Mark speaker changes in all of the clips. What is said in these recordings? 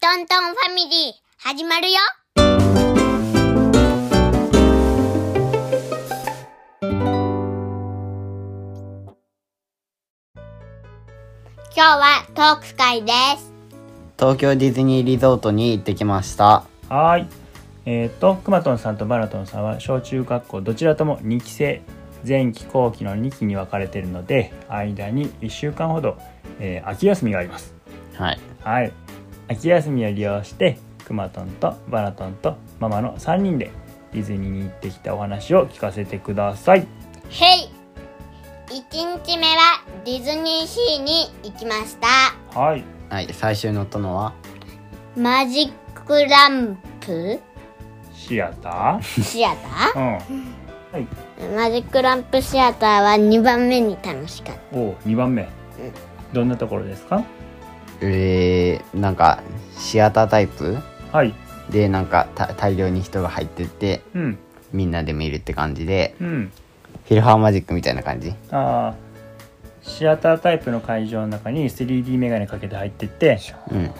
Speaker 1: トントンファミリー、始まるよ今日はトーク会です。
Speaker 2: 東京ディズニーリゾートに行ってきました
Speaker 3: はーい。えっ、と、くまとんさんとバラトンさんは小中学校どちらとも2期生、前期後期の2期に分かれているので、間に1週間ほど、えー秋休みがあります。
Speaker 2: はい
Speaker 3: はい。秋休みを利用して、くまとんとバラトンとママの3人でディズニーに行ってきたお話を聞かせてください。
Speaker 1: へい !1 日目はディズニーシーに行きました。
Speaker 3: はい。
Speaker 2: はい最終乗ったのは
Speaker 1: マジックランプ
Speaker 3: シアタ
Speaker 1: シアタ
Speaker 3: ーうん。はい。
Speaker 1: ー マジックランプシアターは2番目に楽しかった。
Speaker 3: おお、2番目。どんなところですか
Speaker 2: えー、なんかシアタータイプ
Speaker 3: はい。
Speaker 2: でなんかた大量に人が入ってって
Speaker 3: うん。
Speaker 2: みんなで見るって感じで
Speaker 3: うん。
Speaker 2: フィルハーマジックみたいな感じ
Speaker 3: ああシアタータイプの会場の中に 3D メガネかけて入ってって、
Speaker 2: うん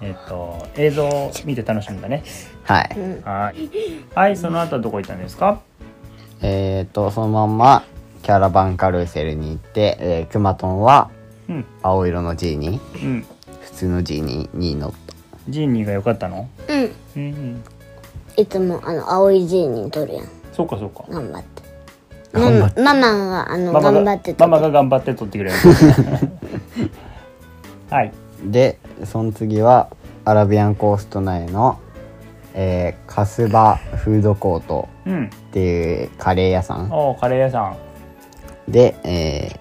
Speaker 3: えっと映像を見て楽しんだね
Speaker 2: はい
Speaker 1: うん。
Speaker 3: はいはいその後はどこ行ったんですか
Speaker 2: えーとそのまんまキャラバンカルーセルに行って、えー、クマトンは
Speaker 3: うん
Speaker 2: 青色のジーニー
Speaker 3: うん
Speaker 2: 普通のジーニーに乗った
Speaker 3: ジーニーが良かったの
Speaker 1: うん。
Speaker 3: うん、うん、
Speaker 1: いつもあの青いジーニー撮るやん。
Speaker 3: そうかそうか
Speaker 1: 頑張って。
Speaker 2: 頑張って
Speaker 1: ママがあの
Speaker 3: ママ
Speaker 1: 頑張
Speaker 3: が
Speaker 1: って撮
Speaker 3: マ
Speaker 1: る
Speaker 3: マが頑張って撮ってくれる はい
Speaker 2: でその次はアラビアンコースト内の、えー、カスバフードコート
Speaker 3: うん
Speaker 2: っていうカレー屋さん
Speaker 3: おーカレー屋さん
Speaker 2: で、え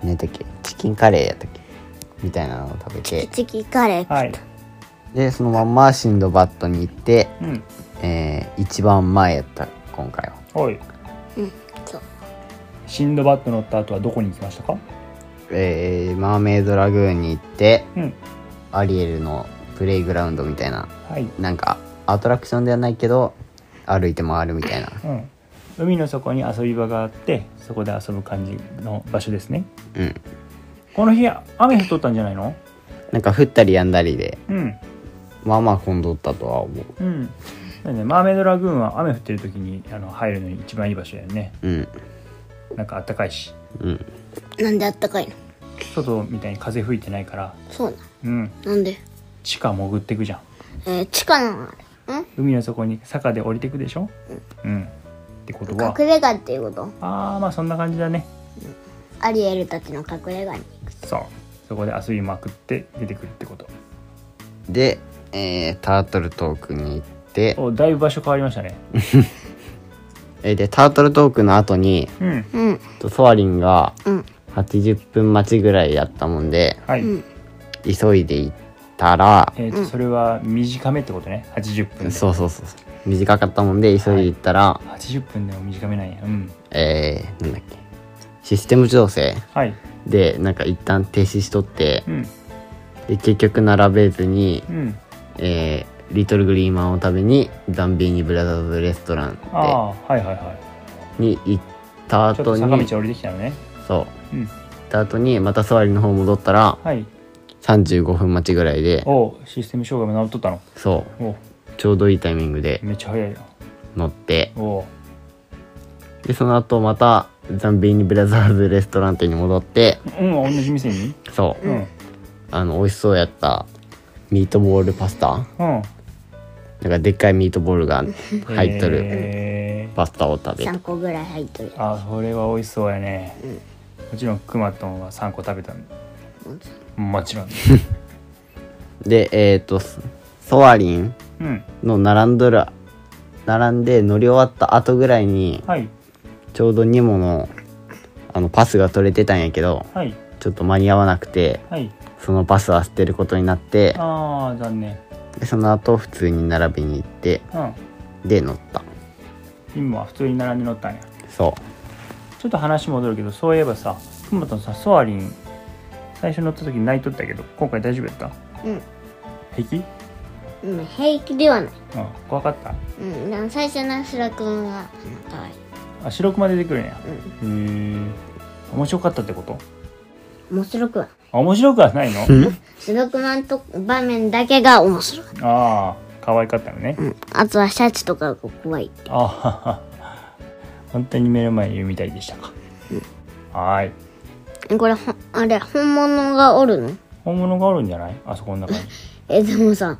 Speaker 2: ー、何やったっけチキンカレーやったっけみたいなのを食べて
Speaker 1: チキカレー、
Speaker 3: はい
Speaker 2: でそのまんまシンドバッドに行って、
Speaker 3: うん
Speaker 2: えー、一番前やった今回は、
Speaker 3: おい
Speaker 1: そう
Speaker 3: シンドバッド乗った後はどこに行きましたか
Speaker 2: えー、マーメイドラグーンに行って
Speaker 3: うん
Speaker 2: アリエルのプレイグラウンドみたいな
Speaker 3: はい
Speaker 2: なんかアトラクションではないけど歩いて回るみたいな
Speaker 3: うん、海の底に遊び場があってそこで遊ぶ感じの場所ですね
Speaker 2: うん
Speaker 3: この日雨降っとったんじゃないの
Speaker 2: なんか降ったりやんだりで
Speaker 3: うん
Speaker 2: まあまあ混んどったとは思う
Speaker 3: うんだね、マーメイドラグーンは雨降ってる時にあの入るのに一番いい場所だよね
Speaker 2: うん
Speaker 3: なんかあったかいし
Speaker 2: うん
Speaker 1: なんであったかいの
Speaker 3: 外みたいに風吹いてないから
Speaker 1: そう
Speaker 3: うん
Speaker 1: ななんで、
Speaker 3: 地下潜ってくじゃん
Speaker 1: えー、地下なのあれん
Speaker 3: 海の底に坂で降りてくでしょうんってことは
Speaker 1: 隠れ家っていうこと
Speaker 3: ああまあそんな感じだね
Speaker 1: アリエルたちの隠れ家に
Speaker 3: そうそこで遊びまくって出てくるってこと
Speaker 2: で、えータートルトークに行って
Speaker 3: おだいぶ場所変わりましたね
Speaker 2: えーでタートルトークの後に
Speaker 3: うん
Speaker 1: うん
Speaker 2: とソアリンが
Speaker 1: うん
Speaker 2: 80分待ちぐらいやったもんで
Speaker 3: はい、
Speaker 1: うん
Speaker 2: 急いで行ったら
Speaker 3: えーとそれは短めってことね80分で
Speaker 2: そうそうそうそう短かったもんで急いで行ったら、
Speaker 3: 80分でも短めないやうん
Speaker 2: えー、なんだっけシステム調整
Speaker 3: はい
Speaker 2: でなんか一旦停止しとって
Speaker 3: うん
Speaker 2: で結局並べずに、
Speaker 3: うん
Speaker 2: えーリトルグリーマンを食べにザンビーニブラザーズレストラン
Speaker 3: ああはいはいはい
Speaker 2: でに行った
Speaker 3: ちょっと
Speaker 2: 後
Speaker 3: 坂
Speaker 2: に
Speaker 3: 道降りてきたのね
Speaker 2: そう
Speaker 3: うん
Speaker 2: 行った後にまたソアリンの方戻ったら
Speaker 3: はい
Speaker 2: 35分待ちぐらいで
Speaker 3: おうシステム障害も治っとったの
Speaker 2: そ
Speaker 3: おう
Speaker 2: うちょうどいいタイミングで
Speaker 3: めっちゃ早いよ
Speaker 2: 乗って
Speaker 3: おう
Speaker 2: でその後またザンビーニブラザーズレストラン店に戻って
Speaker 3: うん同じ店に
Speaker 2: そううん
Speaker 3: うん
Speaker 2: あの美味しそうやったミートボールパスタなんかでっかいミートボールが入っとる
Speaker 3: え
Speaker 2: パスタを食べ
Speaker 1: 3個ぐらい入っとる
Speaker 3: ー、あそれは美味しそうやね、もちろんくまとんは3個食べたんもちろん
Speaker 2: でえっ、とソソアリン
Speaker 3: うん
Speaker 2: の並んどる並んで乗り終わった後ぐらいに
Speaker 3: はい
Speaker 2: ちょうどニモのあのパスが取れてたんやけど
Speaker 3: はい
Speaker 2: ちょっと間に合わなくて
Speaker 3: はい
Speaker 2: そのパスは捨てることになって
Speaker 3: ああ残念
Speaker 2: でその後普通に並びに行って
Speaker 3: うん
Speaker 2: で乗った
Speaker 3: 今は普通に並んで乗ったんや
Speaker 2: そ
Speaker 3: ちょっと話戻るけどそういえばさくまとんさソアリン最初乗った時泣いとったけど今回大丈夫やった
Speaker 1: うん
Speaker 3: 平気うん
Speaker 1: うん平気ではない
Speaker 3: 怖かった
Speaker 1: うんでも最初の白くんがかわいい
Speaker 3: あ白熊出てくるんやへえ面白かったってこと
Speaker 1: 面白くは
Speaker 3: あ面白くはないの
Speaker 1: スドクマンと場面だけが面白い、
Speaker 3: ああ可愛かったのね
Speaker 1: うん、あとはシャチとかが怖い
Speaker 3: あはは本当に目の前にいるみたいでしたか、はーい
Speaker 1: えこれほんあれ本物がおるの
Speaker 3: 本物があるんじゃないあそこの中に
Speaker 1: えでもさ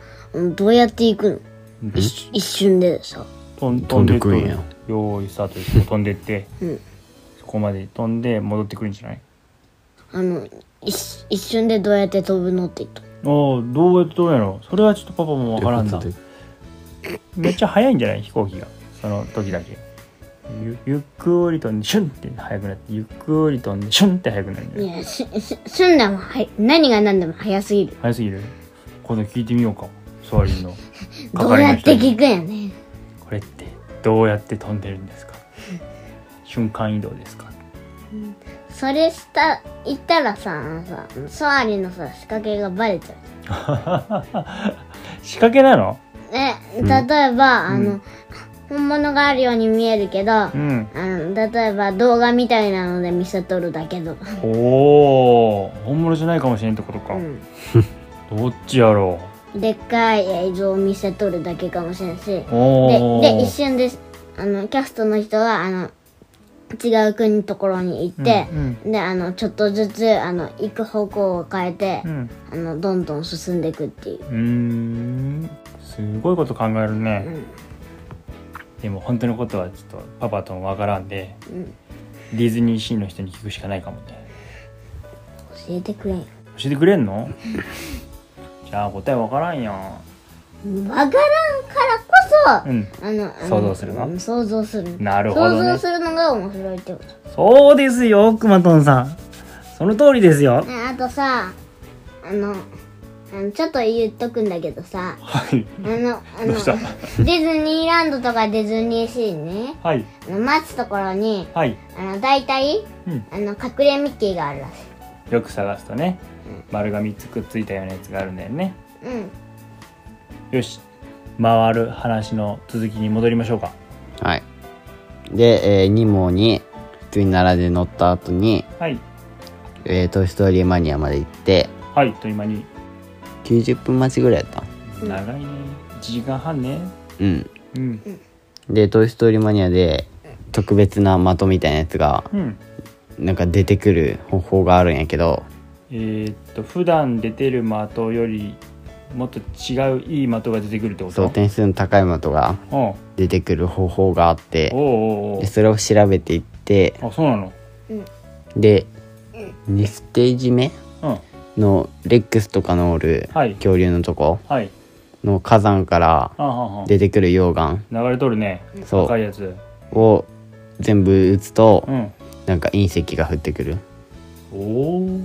Speaker 1: どうやって行くの一瞬でさ
Speaker 3: とん飛
Speaker 2: 飛
Speaker 3: ん
Speaker 2: ん
Speaker 3: で
Speaker 2: で
Speaker 3: く
Speaker 2: く
Speaker 3: る
Speaker 2: る
Speaker 3: ん
Speaker 2: ん
Speaker 3: や
Speaker 2: や
Speaker 3: 用意スタートです飛んでって、
Speaker 1: ん
Speaker 3: そこまで飛んで戻ってくるんじゃない
Speaker 1: あの一一瞬でどうやって飛ぶのって言った
Speaker 3: おーどうやって飛ぶんやろそれはちょっとパパもわからんな
Speaker 2: というこ
Speaker 3: めっちゃ速いんじゃない飛行機がその時だけゆゆっくり飛んでシュンって速くなってゆっくり飛んでシュンって速くなるんじゃない
Speaker 1: いやししすんだもんはい何が何でも早すぎる
Speaker 3: 速すぎる今度聞いてみようかソアリンの
Speaker 1: どうやって
Speaker 3: に
Speaker 1: 聞くんやね
Speaker 3: これってどうやって飛んでるんですか瞬間移動ですか
Speaker 1: それした言ったらさあのさソアリのさ仕掛けがバレちゃう
Speaker 3: 仕掛けなの
Speaker 1: え例えば、あの本物があるように見えるけど、
Speaker 3: うん
Speaker 1: あの例えば動画みたいなので見せとるだけど、
Speaker 3: おお本物じゃないかもしれんってことか、
Speaker 1: う
Speaker 3: どっちやろ
Speaker 1: ん、でっかい映像を見せとるだけかもしれんし
Speaker 3: うおお
Speaker 1: でで一瞬ですあのキャストの人はあの違う国のところに行って、
Speaker 3: うん
Speaker 1: であのちょっとずつあの行く方向を変えて、
Speaker 3: うん
Speaker 1: あのどんどん進んでいくっていう
Speaker 3: うーんすごいこと考えるね、でも本当のことはちょっとパパともわからんで、ディズニーシーの人に聞くしかないかもね
Speaker 1: 教えてくれんよ
Speaker 3: 教えてくれん のじゃあ答えわからんやん
Speaker 1: 分からんからこそ、
Speaker 3: うん
Speaker 1: あのあの
Speaker 3: 想像するの
Speaker 1: うん想像する
Speaker 3: なるほどね
Speaker 1: 想像するのが面白いってこと
Speaker 3: そうですよくまとんさんその通りですよ
Speaker 1: ねあとさあのあのちょっと言っとくんだけどさ
Speaker 3: はい
Speaker 1: あのあのデ
Speaker 3: どう
Speaker 1: ィ
Speaker 3: し
Speaker 1: ズ
Speaker 3: た
Speaker 1: ニーランドとかディズニーシーね
Speaker 3: はい
Speaker 1: あの待つところに
Speaker 3: はい、
Speaker 1: あの大体
Speaker 3: うん、
Speaker 1: あの隠れミッキーがあるらし
Speaker 3: よく探すとね丸が3つくっついたようなやつがあるんだよね
Speaker 1: いうん
Speaker 3: よし回る話の続きに戻りましょうか
Speaker 2: とはいで、えー、2毛に普通に奈良で乗った後に
Speaker 3: はい
Speaker 2: 「えー、トイ・ストーリー・マニア」まで行って
Speaker 3: はいと今に
Speaker 2: 90分待ちぐらいやった
Speaker 3: 長いね1時間半ね
Speaker 2: うん
Speaker 3: うん
Speaker 2: で「トイ・ストーリー・マニア」で特別な的みたいなやつが
Speaker 3: うん
Speaker 2: なんか出てくる方法があるんやけど
Speaker 3: えー、っと普段出てる的よりもっと違ういい的が出てくるってこと
Speaker 2: そう点数の高い的が
Speaker 3: うんおう
Speaker 2: 出てくる方法があって
Speaker 3: おうおう
Speaker 2: でそれを調べていって
Speaker 3: あそうなの
Speaker 2: で2ステージ目
Speaker 3: うん
Speaker 2: のレックスとかのおる
Speaker 3: はい
Speaker 2: 恐竜のとこ
Speaker 3: はい
Speaker 2: の火山から
Speaker 3: あはんはん
Speaker 2: 出てくる溶岩
Speaker 3: 流れとるね
Speaker 2: そ
Speaker 3: 赤いやつ
Speaker 2: うを全部打つと
Speaker 3: うん
Speaker 2: なんか隕石が降ってくる
Speaker 3: おお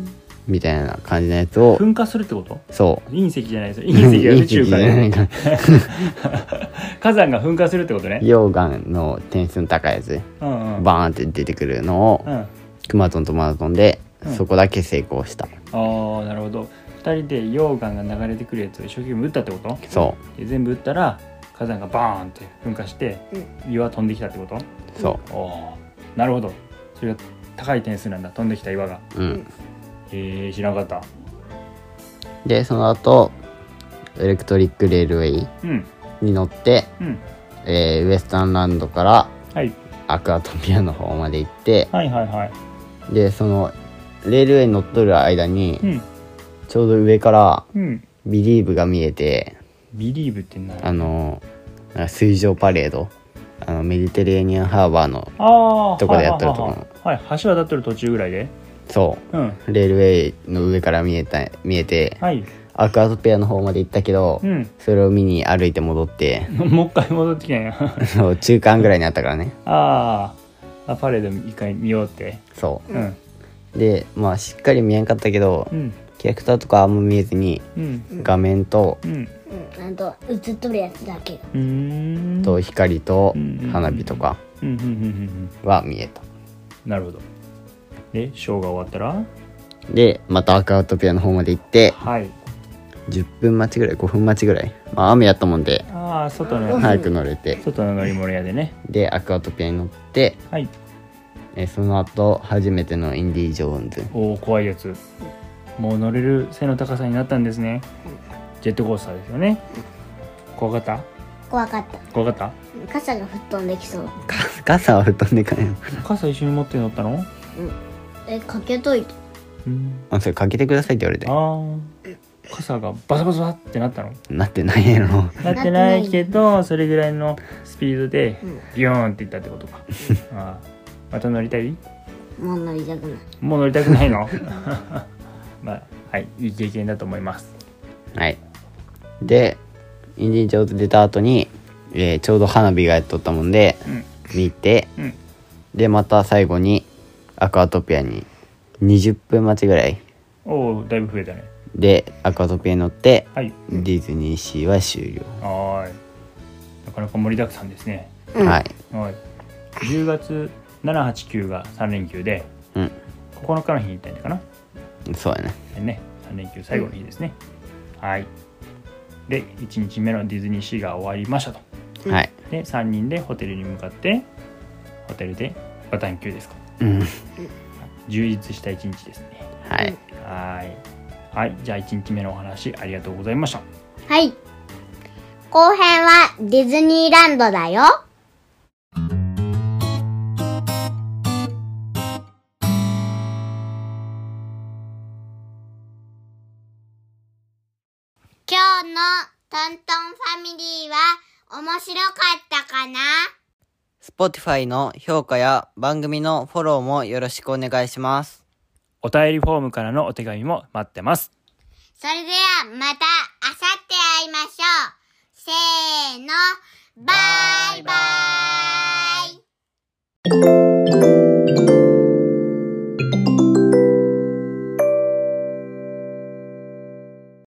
Speaker 2: みたいな感じのやつを
Speaker 3: 噴火するってこと
Speaker 2: そう
Speaker 3: 隕石じゃないですよ隕石が
Speaker 2: 隕
Speaker 3: 宇
Speaker 2: 石
Speaker 3: 宙
Speaker 2: じ
Speaker 3: か
Speaker 2: ゃな
Speaker 3: ら
Speaker 2: いか
Speaker 3: 火山が噴火するってことね
Speaker 2: 溶岩の点数の高いやつ
Speaker 3: うんうん
Speaker 2: バーンって出てくるのを
Speaker 3: うんあ
Speaker 2: クマトンとマラトンで
Speaker 3: うん
Speaker 2: そこだけ成功した
Speaker 3: あなるほど二人で溶岩が流れてくるやつを一生懸命撃ったってこと
Speaker 2: そ
Speaker 3: で全部撃ったら火山がバーンって噴火して岩飛んできたってこと
Speaker 2: うそ
Speaker 3: おおなるほどそれが高い点数なんだ飛んできた岩が
Speaker 2: ううん
Speaker 3: えー、知らなかった
Speaker 2: でその後エレクトリック・レールウェイ
Speaker 3: うん
Speaker 2: に乗って、
Speaker 3: うん
Speaker 2: えーウエスタンランドから
Speaker 3: はい
Speaker 2: アクアトピアの方まで行って
Speaker 3: はいはいはい
Speaker 2: でそのレールウェイに乗っとる間に
Speaker 3: うん
Speaker 2: ちょうど上から
Speaker 3: うん
Speaker 2: ビリーブが見えて
Speaker 3: ビリーブって何
Speaker 2: あのなんか水上パレードあのメディテレーニアンハーバーの
Speaker 3: ああ
Speaker 2: とこでやってると思う
Speaker 3: はいはいはい橋渡ってる途中ぐらいで
Speaker 2: そ
Speaker 3: うん
Speaker 2: うレールウェイの上から見えた見えて
Speaker 3: はい
Speaker 2: アクアトピアの方まで行ったけど、
Speaker 3: うん
Speaker 2: それを見に歩いて戻って
Speaker 3: もう一回戻ってきたんや
Speaker 2: そう中間ぐらいになったからね
Speaker 3: あーあパレード一回見ようって
Speaker 2: そ
Speaker 3: うん
Speaker 2: うでまあしっかり見えんかったけど
Speaker 3: うん
Speaker 2: キャラクターとかあんま見えずに
Speaker 3: うん
Speaker 2: 画面と
Speaker 3: うん
Speaker 1: うんあと映っとるやつだけ
Speaker 3: うーん
Speaker 2: と光と
Speaker 3: うん
Speaker 2: 花火とか
Speaker 3: うんうんうんうんうん
Speaker 2: は見えた
Speaker 3: なるほどでショーが終わったら
Speaker 2: でまたアクアトピアの方まで行って
Speaker 3: はい
Speaker 2: 10分待ちぐらい5分待ちぐらいまあ雨やったもんで
Speaker 3: ああ外の
Speaker 2: 早く乗れて
Speaker 3: 外の乗り物屋でね
Speaker 2: でアクアトピアに乗って
Speaker 3: はい
Speaker 2: えーその後初めてのインディ・ジョーンズ
Speaker 3: おお怖いやつもう乗れる背の高さになったんですねジェットコースターですよね怖かった
Speaker 1: 怖かった
Speaker 3: 怖かっ
Speaker 1: 傘が吹っ飛んできそう
Speaker 2: 傘は吹っ飛んでかないの
Speaker 3: た傘一緒に持って乗ったの
Speaker 1: えかけといて
Speaker 3: うん
Speaker 2: あそれかけてくださいって言われて
Speaker 3: ああ傘がバサバサってなったの
Speaker 2: なってないやろ
Speaker 3: なってないけどそれぐらいのスピードで
Speaker 1: うん
Speaker 3: ビヨーンっていったってことかああまた乗りたい
Speaker 1: もう乗りたくない
Speaker 3: もう乗りたくないの まあはいいい経験だと思います
Speaker 2: はいでインディ・ジョーンズ出た後に、えーちょうど花火がやっとったもんで
Speaker 3: うん
Speaker 2: 見て
Speaker 3: うん
Speaker 2: でまた最後にアクアトピアに20分待ちぐらい
Speaker 3: おおだいぶ増えたね
Speaker 2: でアクアトピアに乗って
Speaker 3: はい
Speaker 2: ディズニーシーは終了、
Speaker 3: はーいなかなか盛りだくさんですね
Speaker 1: うん
Speaker 2: はい、
Speaker 3: はい10月789が3連休で
Speaker 2: うん、
Speaker 3: 9日の日に行ったんかな
Speaker 2: そうやね
Speaker 3: ね3連休最後の日ですね、はいで1日目のディズニーシーが終わりましたと
Speaker 1: うん
Speaker 2: はい
Speaker 3: で3人でホテルに向かってホテルでバタンキューですか
Speaker 2: うん
Speaker 3: 充実した1日ですね
Speaker 2: はい
Speaker 3: はいはいじゃあ1日目のお話ありがとうございました
Speaker 1: はい後編はディズニーランドだよ今日のトントンファミリーは面白かったかな
Speaker 4: Spotify の評価や番組のフォローもよろしくお願いします。
Speaker 3: お便りフォームからのお手紙も待ってます
Speaker 1: それではまたあさって会いましょうせーのバイバイ